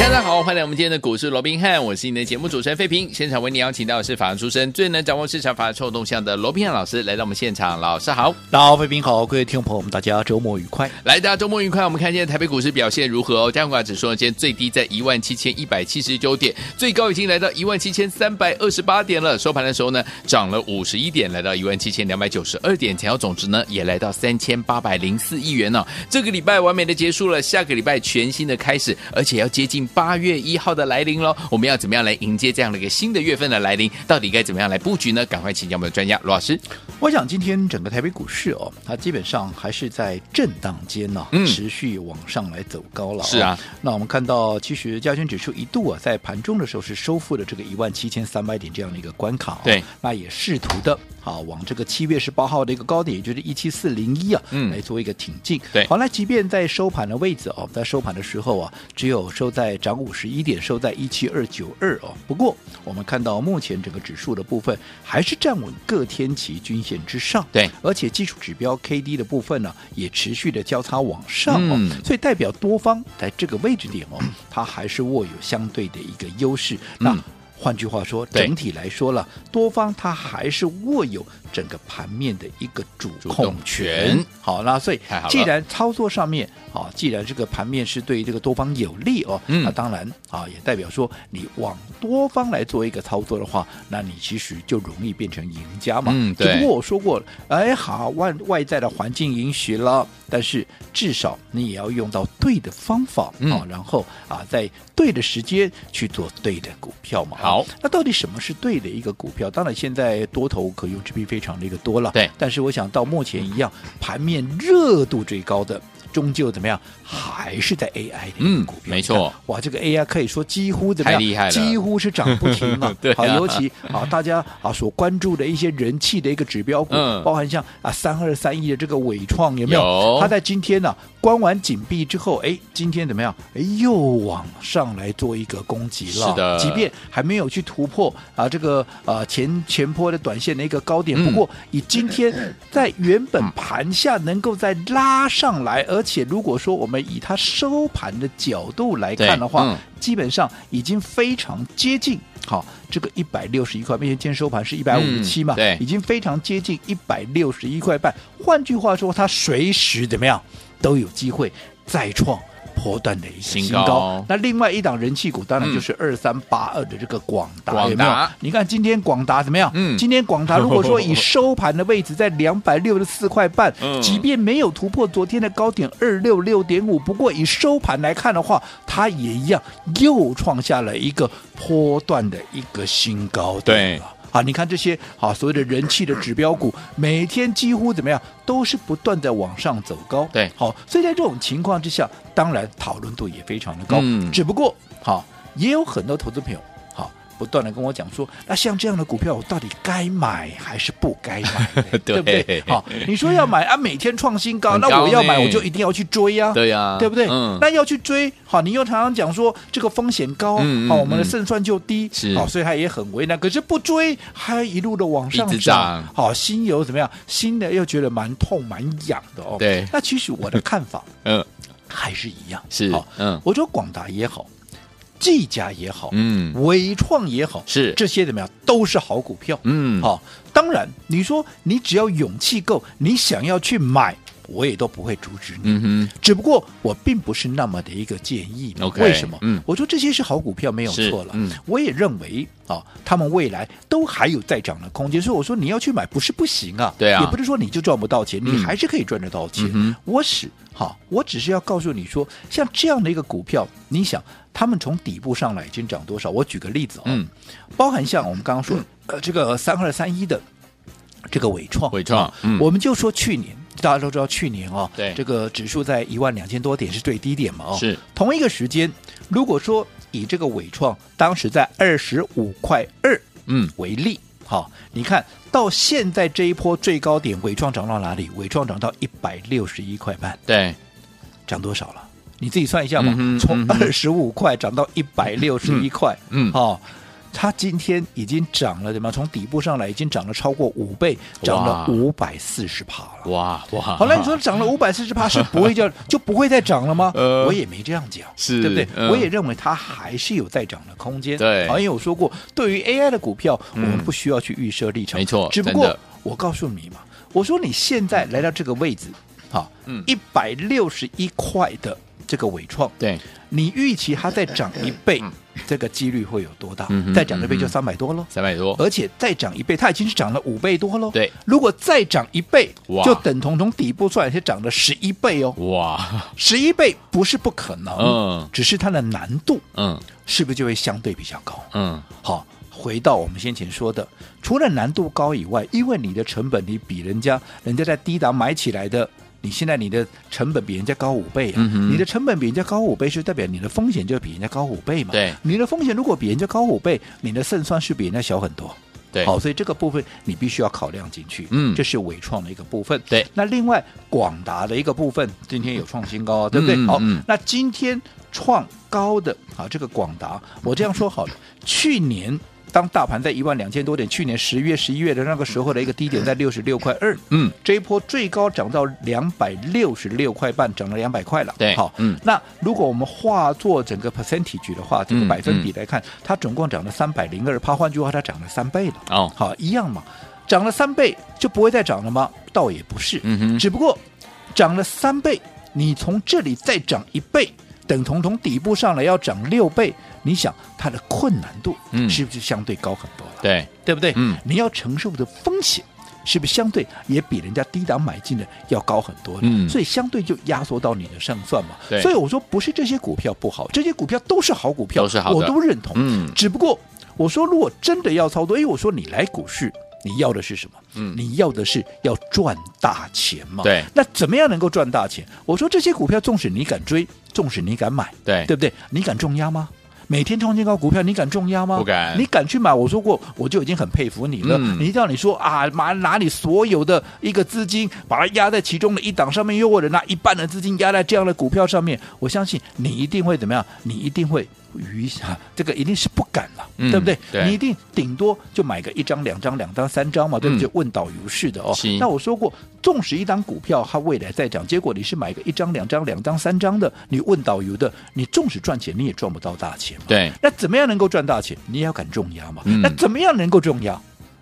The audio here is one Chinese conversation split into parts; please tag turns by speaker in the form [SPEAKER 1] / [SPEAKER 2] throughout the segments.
[SPEAKER 1] 大家好，欢迎来我们今天的股市罗宾汉，我是你的节目主持人费平。现场为你邀请到的是法案出身、最能掌握市场法案臭动向的罗宾汉老师来到我们现场，老师好。
[SPEAKER 2] 老飞兵好，各位听众朋友们，大家周末愉快。
[SPEAKER 1] 来，大家周末愉快。我们看现在台北股市表现如何哦？加权股价指数呢，今天最低在17,179点，最高已经来到17,328点了。收盘的时候呢，涨了51点，来到17,292点，成交总值呢也来到3,804亿元哦。这个礼拜完美的结束了，下个礼拜全新的开始，而且要接近八月一号的来临喽。我们要怎么样来迎接这样的一个新的月份的来临？到底该怎么样来布局呢？赶快请教我们的专家罗老师。
[SPEAKER 2] 我想今天整个台北股市哦，它基本上还是在震荡间呢、
[SPEAKER 1] 嗯
[SPEAKER 2] 持续往上来走高了、哦
[SPEAKER 1] 是啊，
[SPEAKER 2] 那我们看到，其实加权指数一度啊，在盘中的时候是收复了这个一万七千三百点这样的一个关卡、哦，
[SPEAKER 1] 对，
[SPEAKER 2] 那也试图的啊往这个七月十八号的一个高点，也就是一七四零一啊，
[SPEAKER 1] 嗯
[SPEAKER 2] 来做一个挺进。
[SPEAKER 1] 对
[SPEAKER 2] 好，那即便在收盘的位置哦，在收盘的时候啊，只有收在涨五十一点，收在一七二九二哦。不过我们看到目前整个指数的部分还是站稳各天期均线之上，
[SPEAKER 1] 对，
[SPEAKER 2] 而且技术指标 K D 的部分呢、也持续的交叉往上哦，
[SPEAKER 1] 嗯
[SPEAKER 2] 所以代表多方在这个位置点 哦，它还是握有相对的一个优势。那、
[SPEAKER 1] 嗯
[SPEAKER 2] 换句话说，
[SPEAKER 1] 对
[SPEAKER 2] 整体来说了，多方它还是握有整个盘面的一个主
[SPEAKER 1] 主动
[SPEAKER 2] 控权。
[SPEAKER 1] 权
[SPEAKER 2] 好，那所以
[SPEAKER 1] 太好了
[SPEAKER 2] 既然操作上面啊，既然这个盘面是对这个多方有利哦，
[SPEAKER 1] 嗯
[SPEAKER 2] 那当然啊，也代表说你往多方来做一个操作的话，那你其实就容易变成赢家嘛。
[SPEAKER 1] 嗯
[SPEAKER 2] 只不
[SPEAKER 1] 对
[SPEAKER 2] 过我说过，哎，好，外外在的环境允许了，但是至少你也要用到对的方法、
[SPEAKER 1] 嗯
[SPEAKER 2] 啊，然后啊，在对的时间去做对的股票嘛。
[SPEAKER 1] 好
[SPEAKER 2] 那到底什么是对的一个股票？当然，现在多头可用之兵非常的一个多了。
[SPEAKER 1] 对
[SPEAKER 2] 但是我想到目前一样，盘面热度最高的。终究怎么样，还是在 AI 的一
[SPEAKER 1] 嗯
[SPEAKER 2] 个股票、
[SPEAKER 1] 没错
[SPEAKER 2] 你看，哇，这个 AI 可以说几乎怎么样，
[SPEAKER 1] 太厉害了。
[SPEAKER 2] 几乎是涨不停了
[SPEAKER 1] 对啊
[SPEAKER 2] 好，尤其啊，大家啊所关注的一些人气的一个指标股，
[SPEAKER 1] 嗯
[SPEAKER 2] 包含像啊三二三一的这个伟创有没有？
[SPEAKER 1] 有
[SPEAKER 2] 它在今天呢、关完紧闭之后，哎，今天怎么样？哎，又往上来做一个攻击了。
[SPEAKER 1] 是的
[SPEAKER 2] 即便还没有去突破啊，这个呃前前坡的短线的一个高
[SPEAKER 1] 嗯
[SPEAKER 2] 点。不过以今天在原本盘下能够再拉上来，而且如果说我们以它收盘的角度来看的话，
[SPEAKER 1] 对嗯
[SPEAKER 2] 基本上已经非常接近。好，这个一百六十一块，目前今天收盘是一百五十七嘛、
[SPEAKER 1] 嗯对
[SPEAKER 2] 已经非常接近一百六十一块半。换句话说，它随时怎么样都有机会再创波段的一个
[SPEAKER 1] 新
[SPEAKER 2] 新高
[SPEAKER 1] 高。
[SPEAKER 2] 那另外一档人气股，当然
[SPEAKER 1] 嗯
[SPEAKER 2] 就是二三八二的这个广达，
[SPEAKER 1] 广达
[SPEAKER 2] 有没有？你看今天广达怎么样？
[SPEAKER 1] 嗯
[SPEAKER 2] 今天广达如果说以收盘的位置在两百六十四块半
[SPEAKER 1] 嗯，
[SPEAKER 2] 即便没有突破昨天的高点二六六点五，不过以收盘来看的话，它也一样又创下了一个波段的一个新高点
[SPEAKER 1] 对
[SPEAKER 2] 了。啊，你看这些啊，所谓的人气的指标股，每天几乎怎么样，都是不断的往上走高。
[SPEAKER 1] 对
[SPEAKER 2] 好，所以在这种情况之下，当然讨论度也非常的高。
[SPEAKER 1] 嗯
[SPEAKER 2] 只不过好，也有很多投资朋友好不断的跟我讲说，那像这样的股票，我到底该买还是不该买呢？
[SPEAKER 1] 对
[SPEAKER 2] 不对？好，你说要买啊，每天创新高，那我要
[SPEAKER 1] 很
[SPEAKER 2] 买
[SPEAKER 1] 高呢
[SPEAKER 2] 我就一定要去追呀、
[SPEAKER 1] 对呀
[SPEAKER 2] 啊对不对？
[SPEAKER 1] 嗯
[SPEAKER 2] 那要去追，好，你又常常讲说这个风险高，
[SPEAKER 1] 嗯嗯
[SPEAKER 2] 好，我们的
[SPEAKER 1] 嗯
[SPEAKER 2] 胜算就低，
[SPEAKER 1] 是
[SPEAKER 2] 好，所以他也很为难。可是不追，还一路的往上
[SPEAKER 1] 一直
[SPEAKER 2] 涨
[SPEAKER 1] 涨，
[SPEAKER 2] 好，心有怎么样？心的又觉得蛮痛蛮痒的哦。
[SPEAKER 1] 对
[SPEAKER 2] 那其实我的看法
[SPEAKER 1] 嗯，
[SPEAKER 2] 还是一样，
[SPEAKER 1] 是
[SPEAKER 2] 好，
[SPEAKER 1] 嗯
[SPEAKER 2] 我说广达也好，技嘉也好，
[SPEAKER 1] 嗯
[SPEAKER 2] 伟创也好，
[SPEAKER 1] 是
[SPEAKER 2] 这些怎么样都是好股票，
[SPEAKER 1] 嗯，
[SPEAKER 2] 好、当然你说你只要勇气够，你想要去买，我也都不会阻止你。
[SPEAKER 1] 嗯
[SPEAKER 2] 只不过我并不是那么的一个建议嘛
[SPEAKER 1] OK，
[SPEAKER 2] 为什么？
[SPEAKER 1] 嗯
[SPEAKER 2] 我说这些是好股票没有错
[SPEAKER 1] 是
[SPEAKER 2] 了，
[SPEAKER 1] 嗯
[SPEAKER 2] 我也认为啊，他们未来都还有再涨的空间，所以我说你要去买不是不行啊，
[SPEAKER 1] 对啊
[SPEAKER 2] 也不是说你就赚不到钱，
[SPEAKER 1] 嗯
[SPEAKER 2] 你还是可以赚得到钱。
[SPEAKER 1] 嗯哼
[SPEAKER 2] 我只哈，我只是要告诉你说，像这样的一个股票，你想他们从底部上来已经涨多少？我举个例子啊、
[SPEAKER 1] 嗯
[SPEAKER 2] 包含像我们刚刚说、呃这个三二三一的这个伟创，
[SPEAKER 1] 伟创
[SPEAKER 2] 啊
[SPEAKER 1] 嗯
[SPEAKER 2] 我们就说去年。大家都知道，去年哦，
[SPEAKER 1] 对
[SPEAKER 2] 这个指数在一万两千多点是最低点嘛，哦，
[SPEAKER 1] 是
[SPEAKER 2] 同一个时间，如果说以这个伟创当时在二十五块二
[SPEAKER 1] 嗯
[SPEAKER 2] 为例，好，你看到现在这一波最高点，伟创涨到哪里？伟创涨到一百六十一块半，
[SPEAKER 1] 对，
[SPEAKER 2] 涨多少了？你自己算一下嘛，
[SPEAKER 1] 嗯哼
[SPEAKER 2] 从
[SPEAKER 1] 嗯哼
[SPEAKER 2] 二十五块涨到一百六十一块，
[SPEAKER 1] 嗯
[SPEAKER 2] 哦，它今天已经涨了，对吗？从底部上来已经涨了超过五倍，涨了五百四十趴了。
[SPEAKER 1] 哇哇，
[SPEAKER 2] 好了，你说涨了五百四十趴是不 会叫就不会再涨了吗？
[SPEAKER 1] 啊呃
[SPEAKER 2] 我也没这样讲，
[SPEAKER 1] 是
[SPEAKER 2] 对不对？
[SPEAKER 1] 嗯
[SPEAKER 2] 我也认为它还是有再涨的空间。
[SPEAKER 1] 对
[SPEAKER 2] 好像有说过，对于 AI 的股票，
[SPEAKER 1] 嗯
[SPEAKER 2] 我们不需要去预设立场，
[SPEAKER 1] 没错
[SPEAKER 2] 只不
[SPEAKER 1] 真
[SPEAKER 2] 过
[SPEAKER 1] 的
[SPEAKER 2] 我告诉你嘛，我说你现在来到这个位置，好，
[SPEAKER 1] 嗯
[SPEAKER 2] 一百六十一块的这个伟创，
[SPEAKER 1] 对，
[SPEAKER 2] 你预期它再涨一倍，这个几率会有多大
[SPEAKER 1] 嗯嗯哼？
[SPEAKER 2] 再涨一倍就
[SPEAKER 1] 嗯
[SPEAKER 2] 三百多喽。
[SPEAKER 1] 三百多，
[SPEAKER 2] 而且再涨一倍，它已经是涨了五倍多喽。
[SPEAKER 1] 对，
[SPEAKER 2] 如果再涨一倍
[SPEAKER 1] 哇，
[SPEAKER 2] 就等同从底部算是涨了十一倍哦。
[SPEAKER 1] 哇，
[SPEAKER 2] 十一倍不是不可能，
[SPEAKER 1] 嗯
[SPEAKER 2] 只是它的难度
[SPEAKER 1] 嗯
[SPEAKER 2] 是不是就会相对比较高？
[SPEAKER 1] 嗯，
[SPEAKER 2] 好，回到我们先前说的，除了难度高以外，因为你的成本你比人家，人家在低档买起来的。你现在你的成本比人家高五倍啊，
[SPEAKER 1] 嗯哼
[SPEAKER 2] 你的成本比人家高五倍，是代表你的风险就比人家高五倍嘛？
[SPEAKER 1] 对，
[SPEAKER 2] 你的风险如果比人家高五倍，你的胜算是比人家小很多。
[SPEAKER 1] 对，
[SPEAKER 2] 好，所以这个部分你必须要考量进去，
[SPEAKER 1] 嗯
[SPEAKER 2] 这是伟创的一个部分。
[SPEAKER 1] 对
[SPEAKER 2] 那另外广达的一个部分，今天有创新高啊，对不对？
[SPEAKER 1] 嗯
[SPEAKER 2] 好
[SPEAKER 1] 嗯，
[SPEAKER 2] 那今天创高的啊，这个广达，我这样说好了，去年。当大盘在一万两千多点，去年十月、十一月的那个时候的一个低点在六十六块二，
[SPEAKER 1] 嗯，
[SPEAKER 2] 这一波最高涨到两百六十六块半，涨了两百块了。
[SPEAKER 1] 对
[SPEAKER 2] 好，
[SPEAKER 1] 嗯
[SPEAKER 2] 那如果我们化作整个 percentage 的话，整
[SPEAKER 1] 嗯
[SPEAKER 2] 个百分比来看，它总共涨了三百零二趴，换句话，它涨了三倍了。
[SPEAKER 1] 哦，
[SPEAKER 2] 好，一样嘛，涨了三倍就不会再涨了吗？倒也不是，
[SPEAKER 1] 嗯哼
[SPEAKER 2] 只不过涨了三倍，你从这里再涨一倍，等同从底部上来要涨六倍，你想它的困难度
[SPEAKER 1] 嗯
[SPEAKER 2] 是不是相对高很多了？
[SPEAKER 1] 对，
[SPEAKER 2] 对不对？
[SPEAKER 1] 嗯
[SPEAKER 2] 你要承受的风险。是不是相对也比人家低档买进的要高很多的？
[SPEAKER 1] 嗯
[SPEAKER 2] 所以相对就压缩到你的胜算嘛。
[SPEAKER 1] 对
[SPEAKER 2] 所以我说不是这些股票不好，这些股票都是好股票，
[SPEAKER 1] 都是好的
[SPEAKER 2] 我都认同。
[SPEAKER 1] 嗯
[SPEAKER 2] 只不过我说，如果真的要操作，因为哎我说你来股市，你要的是什么？
[SPEAKER 1] 嗯
[SPEAKER 2] 你要的是要赚大钱嘛。
[SPEAKER 1] 对
[SPEAKER 2] 那怎么样能够赚大钱？我说这些股票，纵使你敢追，纵使你敢买，
[SPEAKER 1] 对
[SPEAKER 2] 对不对？你敢重压吗？每天创新高股票，你敢重压吗？
[SPEAKER 1] 不敢
[SPEAKER 2] 你敢去买？我说过，我就已经很佩服你了。
[SPEAKER 1] 嗯
[SPEAKER 2] 你让你说啊，拿拿你所有的一个资金，把它压在其中的一档上面，又或者拿一半的资金压在这样的股票上面，我相信你一定会怎么样？你一定会余啊， 这个一定是不敢了，
[SPEAKER 1] 嗯
[SPEAKER 2] 对不对？
[SPEAKER 1] 对
[SPEAKER 2] 你一定顶多就买个一张、两张、两张、三张嘛，对不对？
[SPEAKER 1] 嗯
[SPEAKER 2] 就问导游似的哦
[SPEAKER 1] 是。
[SPEAKER 2] 那我说过，纵使一档股票它未来再涨，结果你是买个一张、两张、两张、三张的，你问导游的，你纵使赚钱，你也赚不到大钱嘛。
[SPEAKER 1] 对，
[SPEAKER 2] 那怎么样能够赚大钱？你也要敢重压嘛。
[SPEAKER 1] 嗯
[SPEAKER 2] 那怎么样能够重压？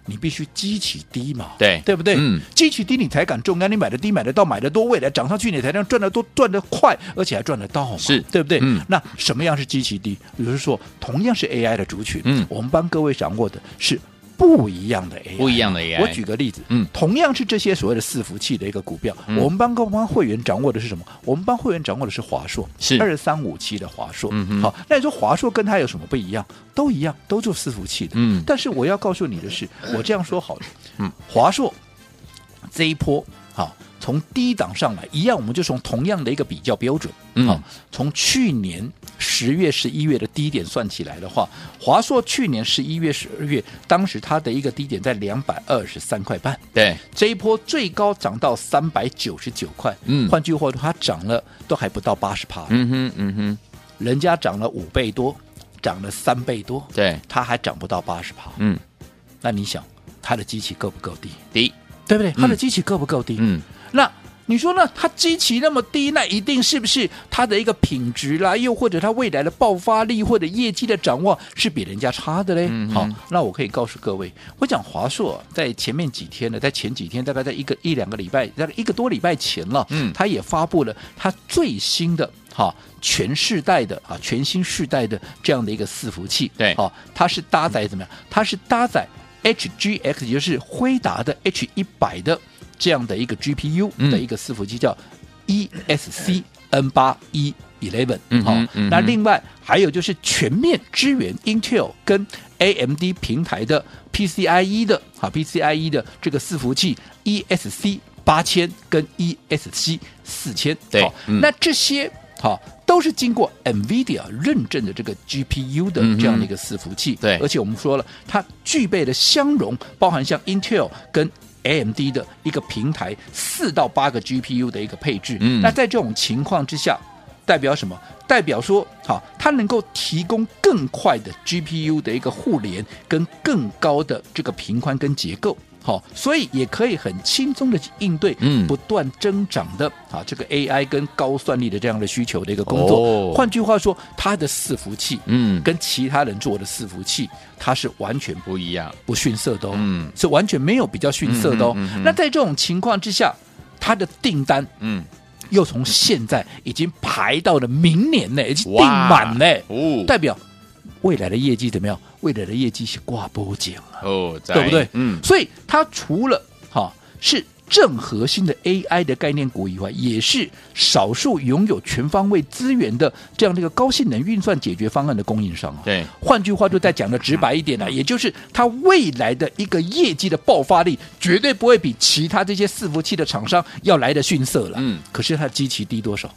[SPEAKER 2] 你必须基起低嘛，
[SPEAKER 1] 对
[SPEAKER 2] 对不对？
[SPEAKER 1] 嗯
[SPEAKER 2] 基起低你才敢重压，你买的低，买得到，买得多，未来涨上去你才能赚得多，赚得快，而且还赚得到嘛，
[SPEAKER 1] 是
[SPEAKER 2] 对不对？
[SPEAKER 1] 嗯
[SPEAKER 2] 那什么样是基起低？比如说，同样是 AI 的族群，
[SPEAKER 1] 嗯
[SPEAKER 2] 我们帮各位掌握的是不一样的 AI，
[SPEAKER 1] 不一样的 AI，
[SPEAKER 2] 我举个例子，
[SPEAKER 1] 嗯
[SPEAKER 2] 同样是这些所谓的伺服器的一个股票，
[SPEAKER 1] 嗯
[SPEAKER 2] 我们帮各帮会员掌握的是什么？我们帮会员掌握的是华硕，
[SPEAKER 1] 是
[SPEAKER 2] 二三五七的华硕。
[SPEAKER 1] 嗯哼
[SPEAKER 2] 好，那你说华硕跟它有什么不一样？都一样，都做伺服器的。
[SPEAKER 1] 嗯
[SPEAKER 2] 但是我要告诉你的是，我这样说好了，
[SPEAKER 1] 嗯，
[SPEAKER 2] 华硕这一波好。从低档上来，一样，我们就从同样的一个比较标准，
[SPEAKER 1] 嗯
[SPEAKER 2] 好，从去年十月、十一月的低点算起来的话，华硕去年十一月、十二月，当时它的一个低点在两百二十三块半，
[SPEAKER 1] 对，
[SPEAKER 2] 这一波最高涨到三百九十九块，
[SPEAKER 1] 嗯
[SPEAKER 2] 换句话说，它涨了都还不到八十趴，
[SPEAKER 1] 嗯哼嗯哼，
[SPEAKER 2] 人家涨了五倍多，涨了三倍多，
[SPEAKER 1] 对，
[SPEAKER 2] 它还涨不到八十趴，
[SPEAKER 1] 嗯，
[SPEAKER 2] 那你想它的机器够不够低，
[SPEAKER 1] 第一，
[SPEAKER 2] 对不对？它的
[SPEAKER 1] 嗯
[SPEAKER 2] 机器够不够低？
[SPEAKER 1] 嗯，
[SPEAKER 2] 那你说呢？它基期那么低，那一定是不是它的一个品质啦，又或者它未来的爆发力或者业绩的展望是比人家差的嘞？
[SPEAKER 1] 嗯哼
[SPEAKER 2] 好，那我可以告诉各位，我讲华硕在前面几天呢，在前几天大概在一个一两个礼拜，大概一个多礼拜前了，
[SPEAKER 1] 嗯
[SPEAKER 2] 它也发布了它最新的哈、全世代的啊全新世代的这样的一个伺服器，
[SPEAKER 1] 对
[SPEAKER 2] 好、哦它是搭载怎么样？它是搭载 HGX，也就是辉达的 H 一百的这样的一个 GPU
[SPEAKER 1] 嗯
[SPEAKER 2] 的一个伺服器，叫 ESC N 八一 Eleven。
[SPEAKER 1] 嗯
[SPEAKER 2] 好
[SPEAKER 1] 哼嗯哼，
[SPEAKER 2] 那另外还有就是全面支援 Intel 跟 AMD 平台的 PCIe 的啊 PCIe 的这个伺服器 E ESC 八千跟 ESC E 四千。
[SPEAKER 1] 对
[SPEAKER 2] 好
[SPEAKER 1] 嗯
[SPEAKER 2] 那这些。好，都是经过 NVIDIA 认证的这个 GPU 的
[SPEAKER 1] 嗯
[SPEAKER 2] 这样的一个伺服器。
[SPEAKER 1] 对
[SPEAKER 2] 而且我们说了，它具备了相容，包含像 Intel 跟 AMD 的一个平台四到八个 GPU 的一个配置。
[SPEAKER 1] 嗯
[SPEAKER 2] 那在这种情况之下，代表什么？代表说，好，它能够提供更快的 GPU 的一个互联，跟更高的这个频宽跟结构。好，所以也可以很轻松的去应对
[SPEAKER 1] 嗯
[SPEAKER 2] 不断增长的啊这个 AI 跟高算力的这样的需求的一个工作。
[SPEAKER 1] 哦
[SPEAKER 2] 换句话说，它的伺服器
[SPEAKER 1] 嗯，
[SPEAKER 2] 跟其他人做的伺服器，它是完全
[SPEAKER 1] 不一样，
[SPEAKER 2] 不逊色的哦，
[SPEAKER 1] 嗯
[SPEAKER 2] 是完全没有比较逊色的哦。
[SPEAKER 1] 嗯嗯嗯嗯
[SPEAKER 2] 那在这种情况之下，它的订单
[SPEAKER 1] 嗯，
[SPEAKER 2] 又从现在已经排到了明年呢，已经订
[SPEAKER 1] 哇
[SPEAKER 2] 满呢，
[SPEAKER 1] 哦，
[SPEAKER 2] 代表未来的业绩怎么样？未来的业绩是挂波奖啊，
[SPEAKER 1] 哦，在
[SPEAKER 2] 对不对？
[SPEAKER 1] 嗯，
[SPEAKER 2] 所以它除了哈、是正核心的 AI 的概念股以外，也是少数拥有全方位资源的这样的一个高性能运算解决方案的供应商啊。
[SPEAKER 1] 对，嗯
[SPEAKER 2] 换句话就再讲的直白一点啊呢、也就是它未来的一个业绩的爆发力，绝对不会比其他这些伺服器的厂商要来的逊色了。
[SPEAKER 1] 嗯，
[SPEAKER 2] 可是它的基期低多少？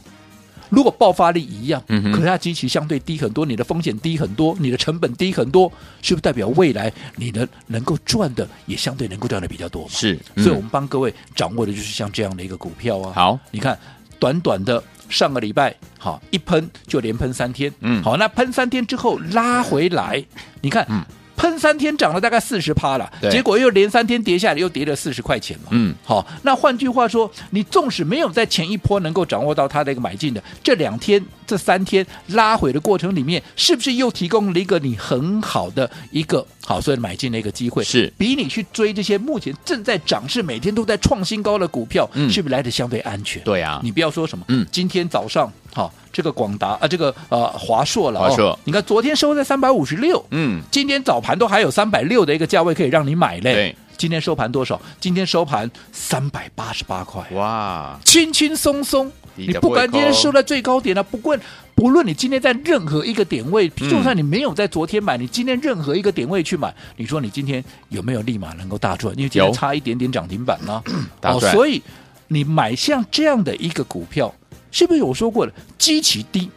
[SPEAKER 2] 如果爆发力一样，
[SPEAKER 1] 嗯哼
[SPEAKER 2] 可是它基期相对低很多，你的风险低很多，你的成本低很多，是不是代表未来你的能够赚的也相对能够赚的比较多嘛？
[SPEAKER 1] 是，
[SPEAKER 2] 所以
[SPEAKER 1] 嗯
[SPEAKER 2] 我们帮各位掌握的就是像这样的一个股票啊。
[SPEAKER 1] 好，
[SPEAKER 2] 你看短短的上个礼拜，好一喷就连喷三天，
[SPEAKER 1] 嗯
[SPEAKER 2] 好，那喷三天之后拉回来，你看，
[SPEAKER 1] 嗯
[SPEAKER 2] 喷三天涨了大概四十趴了，
[SPEAKER 1] 对
[SPEAKER 2] 结果又连三天跌下来，又跌了四十块钱嘛，
[SPEAKER 1] 嗯，
[SPEAKER 2] 好，那换句话说，你纵使没有在前一波能够掌握到它的一个买进的，这两天、这三天拉回的过程里面，是不是又提供了一个你很好的一个好，所以买进的一个机会，
[SPEAKER 1] 是
[SPEAKER 2] 比你去追这些目前正在涨势、每天都在创新高的股票，
[SPEAKER 1] 嗯
[SPEAKER 2] 是不是来的相对安全？
[SPEAKER 1] 对啊，
[SPEAKER 2] 你不要说什么，
[SPEAKER 1] 嗯
[SPEAKER 2] 今天早上好、这个广达啊，这个呃华硕了，
[SPEAKER 1] 华硕
[SPEAKER 2] 哦，你看昨天收在三百五十六，
[SPEAKER 1] 嗯，
[SPEAKER 2] 今天早盘都还有三百六的一个价位可以让你买嘞。
[SPEAKER 1] 对，
[SPEAKER 2] 今天收盘多少？今天收盘三百八十八块，
[SPEAKER 1] 哇，
[SPEAKER 2] 轻轻松松。
[SPEAKER 1] 你
[SPEAKER 2] 你
[SPEAKER 1] 的
[SPEAKER 2] 不
[SPEAKER 1] 胃
[SPEAKER 2] 管今天
[SPEAKER 1] 口
[SPEAKER 2] 收在最高点了、不管不论你今天在任何一个点位，
[SPEAKER 1] 嗯
[SPEAKER 2] 就算你没有在昨天买，你今天任何一个点位去买，你说你今天有没有立马能够大赚？因为今
[SPEAKER 1] 有
[SPEAKER 2] 天差一点点涨停板呢、
[SPEAKER 1] 大赚
[SPEAKER 2] 所以你买像这样的一个股票，是不是有说过了？基期低。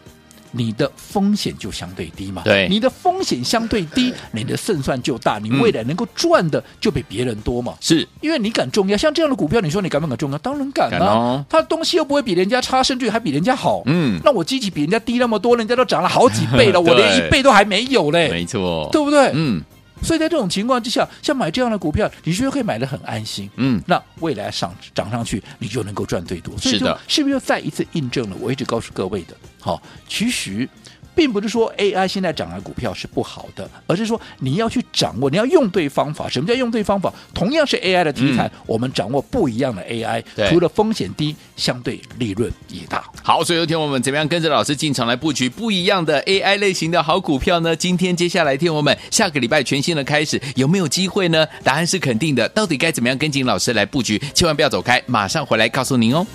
[SPEAKER 2] 你的风险就相对低嘛，
[SPEAKER 1] 对
[SPEAKER 2] 你的风险相对 低，你的胜算就大，你未来能够赚的就比别人多嘛。
[SPEAKER 1] 是，
[SPEAKER 2] 因为你敢重压，像这样的股票，你说你敢不敢重压？当然敢
[SPEAKER 1] 敢
[SPEAKER 2] 啦、
[SPEAKER 1] 哦
[SPEAKER 2] 它的东西又不会比人家差，甚至于还比人家好。
[SPEAKER 1] 嗯，
[SPEAKER 2] 那我积极比人家低那么多，人家都涨了好几 倍了，
[SPEAKER 1] 对
[SPEAKER 2] 我连一倍都还没有嘞，
[SPEAKER 1] 没错，
[SPEAKER 2] 哎对不对？
[SPEAKER 1] 嗯
[SPEAKER 2] 所以在这种情况之下，像买这样的股票，你就可以买的很安心。
[SPEAKER 1] 嗯，
[SPEAKER 2] 那未来上涨上去，你就能够赚最多。所以
[SPEAKER 1] 是的
[SPEAKER 2] 说，是不是又再一次印证了我一直告诉各位的？好，其实。并不是说 AI 现在涨的股票是不好的，而是说你要去掌握，你要用对方法。什么叫用对方法？同样是 AI 的题材，我们掌握不一样的 AI，
[SPEAKER 1] 嗯对
[SPEAKER 2] 除了风险低，相对利润也大。
[SPEAKER 1] 好，所以有天我们怎么样跟着老师进场来布局不一样的 AI 类型的好股票呢？今天接下来天我们下个礼拜全新的开始，有没有机会呢？答案是肯定的。到底该怎么样跟紧老师来布局？千万不要走开，马上回来告诉您哦。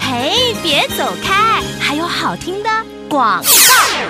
[SPEAKER 3] 嘿，别走开，还有好听的广。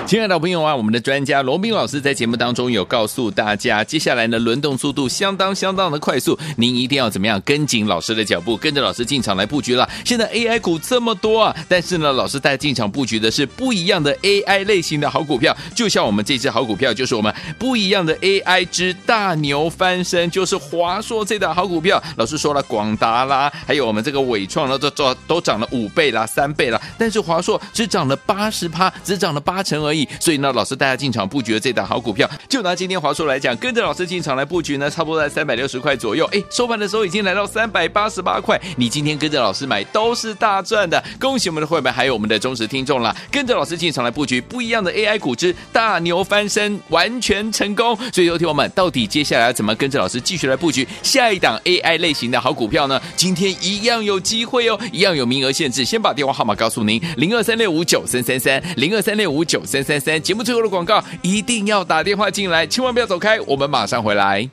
[SPEAKER 1] 亲爱的朋友啊，我们的专家罗斌老师在节目当中有告诉大家，接下来呢轮动速度相当相当的快速，您一定要怎么样跟紧老师的脚步，跟着老师进场来布局了。现在 AI 股这么多啊，但是呢，老师带进场布局的是不一样的 AI 类型的好股票，就像我们这只好股票就是我们不一样的 AI 之大牛翻身，就是华硕这档好股票。老师说了，广达啦，还有我们这个伟创呢，都都都涨了五倍啦、三倍啦，但是华硕只涨了八十趴，只涨了八成而已。所以呢，老师带大家进场布局的这档好股票，就拿今天华硕来讲，跟着老师进场来布局呢，差不多在三百六十块左右。哎，收盘的时候已经来到三百八十八块，你今天跟着老师买都是大赚的。恭喜我们的会员，还有我们的忠实听众啦，跟着老师进场来布局不一样的 AI 股之大牛翻身，完全成功。所以，有听我们到底接下来要怎么跟着老师继续来布局下一档 AI 类型的好股票呢？今天一样有机会哦，一样有名额限制。先把电话号码告诉您：零二三六五九三三三，零二三六五九三三三。节目最后的广告一定要打电话进来，千万不要走开，我们马上回来。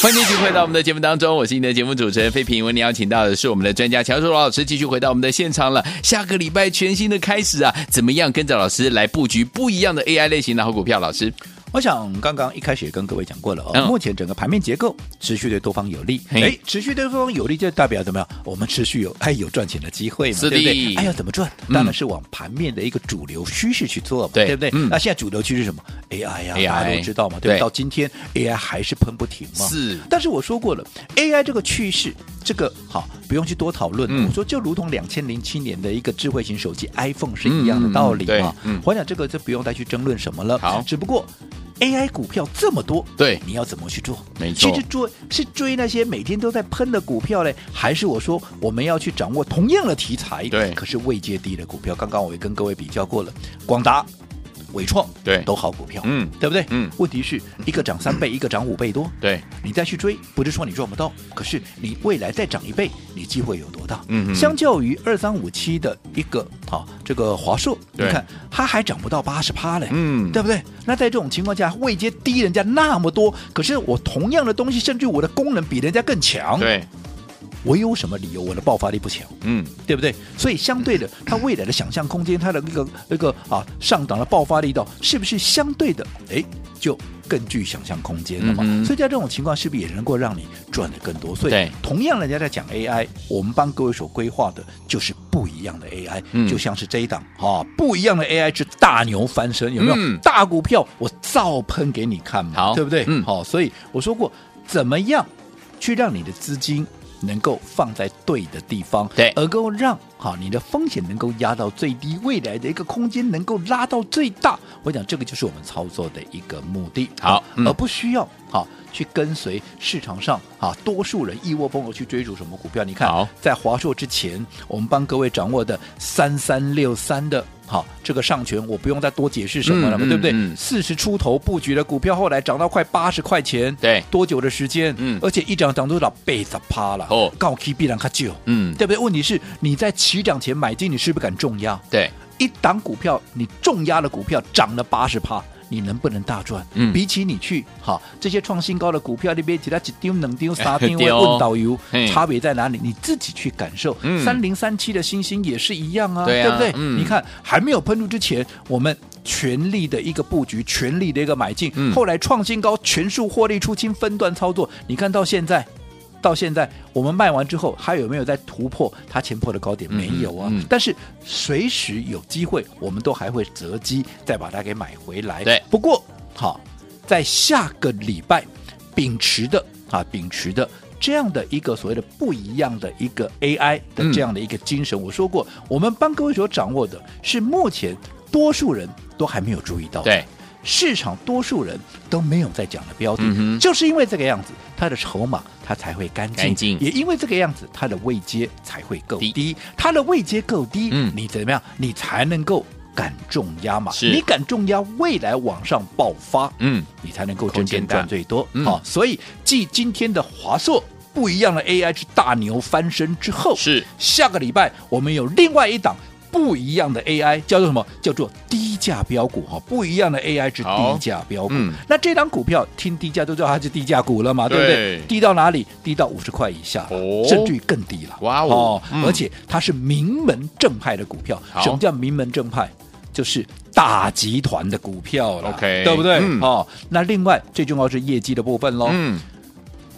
[SPEAKER 1] 欢迎继续回到我们的节目当中，我是你的节目主持人费平。为您邀请到的是我们的专家乔楚老师，继续回到我们的现场了。下个礼拜全新的开始啊，怎么样跟着老师来布局不一样的 AI 类型的好股票？老师，
[SPEAKER 2] 我想刚刚一开始也跟各位讲过了哦，
[SPEAKER 1] 嗯
[SPEAKER 2] 目前整个盘面结构持续对多方有利，
[SPEAKER 1] 嘿
[SPEAKER 2] 哎，持续对多方有利就代表怎么样？我们持续有哎有赚钱的机会嘛，
[SPEAKER 1] 是的
[SPEAKER 2] 对不对？哎呀，怎么赚？
[SPEAKER 1] 嗯
[SPEAKER 2] 当然是往盘面的一个主流趋势去做嘛，
[SPEAKER 1] 对
[SPEAKER 2] 不对？
[SPEAKER 1] 嗯
[SPEAKER 2] 那现在主流趋势是什么？AI 呀、
[SPEAKER 1] AI
[SPEAKER 2] 大家都知道嘛，对不
[SPEAKER 1] 对
[SPEAKER 2] 对？到今天 AI 还是喷不停嘛，
[SPEAKER 1] 是
[SPEAKER 2] 但是我说过了，AI 这个趋势，这个好不用去多讨论。
[SPEAKER 1] 嗯
[SPEAKER 2] 我说就如同两千零七年的一个智慧型手机 iPhone 是一样的道理嘛。
[SPEAKER 1] 嗯嗯嗯对嗯
[SPEAKER 2] 我想这个就不用再去争论什么了。
[SPEAKER 1] 好
[SPEAKER 2] 只不过 AI 股票这么多，
[SPEAKER 1] 对
[SPEAKER 2] 你要怎么去做？
[SPEAKER 1] 没错
[SPEAKER 2] 去追是追那些每天都在喷的股票嘞，还是我说我们要去掌握同样的题材，
[SPEAKER 1] 对
[SPEAKER 2] 可是位阶低的股票？刚刚我也跟各位比较过了，广达、伟创，
[SPEAKER 1] 对
[SPEAKER 2] 都好股票，
[SPEAKER 1] 嗯
[SPEAKER 2] 对不对？
[SPEAKER 1] 嗯
[SPEAKER 2] 问题是一个涨三倍，一个涨五倍多，
[SPEAKER 1] 对，
[SPEAKER 2] 你再去追，不是说你赚不到，可是你未来再涨一倍，你机会有多大？
[SPEAKER 1] 嗯嗯
[SPEAKER 2] 相较于二三五七的一个啊，这个华硕，你
[SPEAKER 1] 对
[SPEAKER 2] 看它还涨不到八十趴嘞，
[SPEAKER 1] 嗯
[SPEAKER 2] 对不对？那在这种情况下，位阶低人家那么多，可是我同样的东西，甚至我的功能比人家更强，
[SPEAKER 1] 对，
[SPEAKER 2] 我有什么理由我的爆发力不强？
[SPEAKER 1] 嗯，
[SPEAKER 2] 对不对？所以相对的，它未来的想象空间，它的那个那个啊上档的爆发力道，是不是相对的，哎，就更具想象空间了嘛？
[SPEAKER 1] 嗯哼
[SPEAKER 2] 所以在这种情况，是不是也能够让你赚的更多？所以
[SPEAKER 1] 对
[SPEAKER 2] 同样人家在讲 AI，我们帮各位所规划的就是不一样的 AI，、
[SPEAKER 1] 嗯
[SPEAKER 2] 就像是这一档啊，不一样的 AI 是大牛翻身，有没有？
[SPEAKER 1] 嗯
[SPEAKER 2] 大股票我照喷给你看嘛，
[SPEAKER 1] 好
[SPEAKER 2] 对不对？
[SPEAKER 1] 嗯
[SPEAKER 2] 好、所以我说过，怎么样去让你的资金能够放在对的地方，
[SPEAKER 1] 对
[SPEAKER 2] 而够让好你的风险能够压到最低，未来的一个空间能够拉到最大。我讲这个就是我们操作的一个目的，
[SPEAKER 1] 好嗯
[SPEAKER 2] 而不需要好去跟随市场上啊多数人一窝蜂的去追逐什么股票。你看
[SPEAKER 1] 好，
[SPEAKER 2] 在华硕之前，我们帮各位掌握的三三六三的。好，这个上权我不用再多解释什么了嘛，
[SPEAKER 1] 嗯
[SPEAKER 2] 对不对？
[SPEAKER 1] 嗯嗯
[SPEAKER 2] 四十出头布局的股票，后来涨到快八十块钱，
[SPEAKER 1] 对
[SPEAKER 2] 多久的时间？
[SPEAKER 1] 嗯
[SPEAKER 2] 而且一涨涨多少倍子趴了？
[SPEAKER 1] 哦
[SPEAKER 2] 告 K 必然卡久，
[SPEAKER 1] 嗯，
[SPEAKER 2] 对不对？问题是你在起涨前买进，你是不是敢重压？
[SPEAKER 1] 对，
[SPEAKER 2] 一档股票，你重压的股票涨了八十趴。你能不能大赚？
[SPEAKER 1] 嗯
[SPEAKER 2] 比起你去好这些创新高的股票那边，其他几丢能丢啥丢
[SPEAKER 1] 对哦
[SPEAKER 2] 啊问导游
[SPEAKER 1] 嘿，
[SPEAKER 2] 差别在哪里？你自己去感受。
[SPEAKER 1] 嗯
[SPEAKER 2] 三零三七的星星也是一样啊，
[SPEAKER 1] 对啊
[SPEAKER 2] 不对？
[SPEAKER 1] 嗯
[SPEAKER 2] 你看还没有喷出之前，我们全力的一个布局，全力的一个买进，
[SPEAKER 1] 嗯
[SPEAKER 2] 后来创新高全数获利出清，分段操作。你看到现在。到现在，我们卖完之后，还有没有在突破它前破的高点？
[SPEAKER 1] 嗯
[SPEAKER 2] 没有啊。
[SPEAKER 1] 嗯
[SPEAKER 2] 但是随时有机会，我们都还会择机再把它给买回来。
[SPEAKER 1] 对
[SPEAKER 2] 不过好，在下个礼拜秉持的啊，秉持的这样的一个所谓的不一样的一个 AI 的
[SPEAKER 1] 嗯
[SPEAKER 2] 这样的一个精神，我说过，我们帮各位所掌握的是目前多数人都还没有注意到的。
[SPEAKER 1] 对，
[SPEAKER 2] 市场多数人都没有在讲的标的，
[SPEAKER 1] 嗯哼
[SPEAKER 2] 就是因为这个样子，它的筹码它才会干净，
[SPEAKER 1] 干净
[SPEAKER 2] 也因为这个样子，它的位阶才会够低，它的位阶够低，
[SPEAKER 1] 嗯
[SPEAKER 2] 你怎么样，你才能够敢重压嘛？
[SPEAKER 1] 是
[SPEAKER 2] 你敢重压，未来往上爆发，
[SPEAKER 1] 嗯，
[SPEAKER 2] 你才能够
[SPEAKER 1] 空
[SPEAKER 2] 真
[SPEAKER 1] 间
[SPEAKER 2] 正
[SPEAKER 1] 大
[SPEAKER 2] 赚最多。好、
[SPEAKER 1] 嗯
[SPEAKER 2] 所以继今天的华硕不一样的 AI 是大牛翻身之后，
[SPEAKER 1] 是
[SPEAKER 2] 下个礼拜我们有另外一档不一样的 AI，叫做什么？叫做低价标股哈，不一样的 AI 是
[SPEAKER 1] 好
[SPEAKER 2] 低价标股。
[SPEAKER 1] 嗯
[SPEAKER 2] 那这档股票听低价都知道它是低价股了嘛，对不
[SPEAKER 1] 对
[SPEAKER 2] 对？低到哪里？低到五十块以下，
[SPEAKER 1] 哦
[SPEAKER 2] 甚至于更低了。
[SPEAKER 1] 哇哦嗯
[SPEAKER 2] 而且它是名门正派的股票
[SPEAKER 1] 好。
[SPEAKER 2] 什么叫名门正派？就是大集团的股票了
[SPEAKER 1] OK，
[SPEAKER 2] 对不对？
[SPEAKER 1] 嗯
[SPEAKER 2] 哦，那另外最重要是业绩的部分喽。
[SPEAKER 1] 嗯，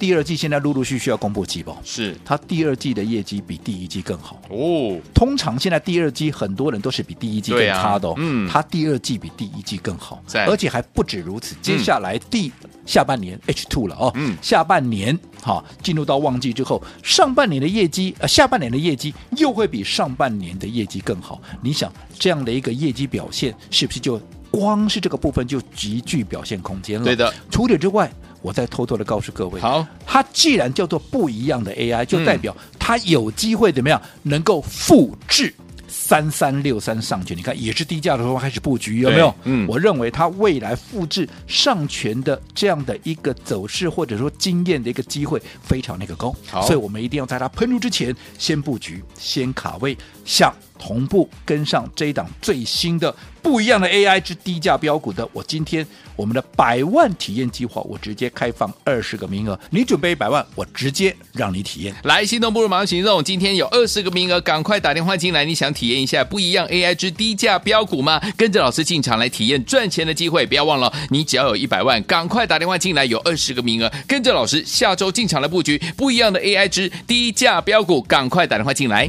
[SPEAKER 2] 第二季现在陆陆续续要公布季报，
[SPEAKER 1] 是
[SPEAKER 2] 它第二季的业绩比第一季更好。
[SPEAKER 1] 哦，
[SPEAKER 2] 通常现在第二季很多人都是比第一季更差的、哦
[SPEAKER 1] 对啊嗯
[SPEAKER 2] 它第二季比第一季更好，
[SPEAKER 1] 赞
[SPEAKER 2] 而且还不止如此，接下来第、下半年 H two 了哦，
[SPEAKER 1] 嗯
[SPEAKER 2] 下半年哈、进入到旺季之后，上半年的业绩呃下半年的业绩又会比上半年的业绩更好，你想这样的一个业绩表现是不是就？光是这个部分就极具表现空间了。
[SPEAKER 1] 对的。
[SPEAKER 2] 除此之外，我再偷偷的告诉各位，
[SPEAKER 1] 好，
[SPEAKER 2] 它既然叫做不一样的
[SPEAKER 1] 嗯
[SPEAKER 2] AI，就代表它有机会怎么样能够复制。三三六三上权，你看也是低价的时候开始布局，有没有
[SPEAKER 1] 对？嗯
[SPEAKER 2] 我认为它未来复制上权的这样的一个走势，或者说经验的一个机会非常那个高
[SPEAKER 1] 好，
[SPEAKER 2] 所以我们一定要在它喷出之前先布局，先卡位，想同步跟上这一档最新的不一样的 AI 之低价标股的，我今天我们的百万体验计划，我直接开放二十个名额，你准备一百万，我直接让你体验。
[SPEAKER 1] 来，心动不如马上行动！今天有二十个名额，赶快打电话进来。你想体验一下不一样 AI 之低价标股吗？跟着老师进场来体验赚钱的机会。不要忘了，你只要有一百万，赶快打电话进来，有二十个名额，跟着老师下周进场来布局不一样的 AI 之低价标股，赶快打电话进来。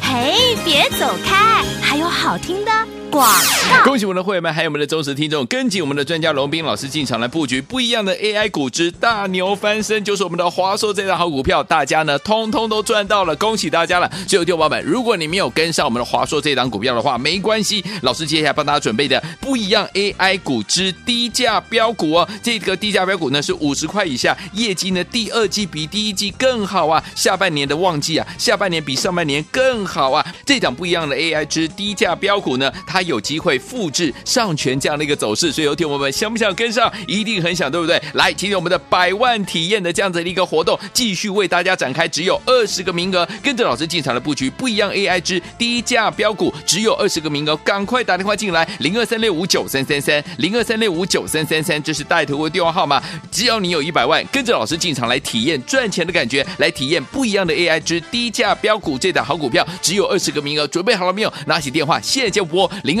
[SPEAKER 3] 嘿，别走开，还有好听的广告。
[SPEAKER 1] 恭喜我们的会员们，还有我们的忠实听众，跟紧我们的专家龙斌老师进场来布局不一样的 AI 股之大牛翻身，就是我们的华硕这档好股票，大家呢通通都赚到了，恭喜大家了！所以，听众朋友们，如果你没有跟上我们的华硕这档股票的话，没关系，老师接下来帮大家准备的不一样 AI 股之低价标股哦，这个低价标股呢是五十块以下，业绩呢第二季比第一季更好啊，下半年的旺季啊，下半年比上半年更好啊，这档不一样的 AI 之低价标股呢，它有机会复制上权这样的一个走势，所以有听我们想不想跟上？一定很想，对不对？来，今天我们的百万体验的这样子的一个活动，继续为大家展开，只有二十个名额，跟着老师进场的布局不一样 AI 之低价标股，只有二十个名额，赶快打电话进来，零二三六五九三三三，零二三六五九三三三，这是带头的电话号码。只要你有一百万，跟着老师进场来体验赚钱的感觉，来体验不一样的 AI 之低价标股这档好股票，只有二十个名额，准备好了没有？拿起电话，现在就拨零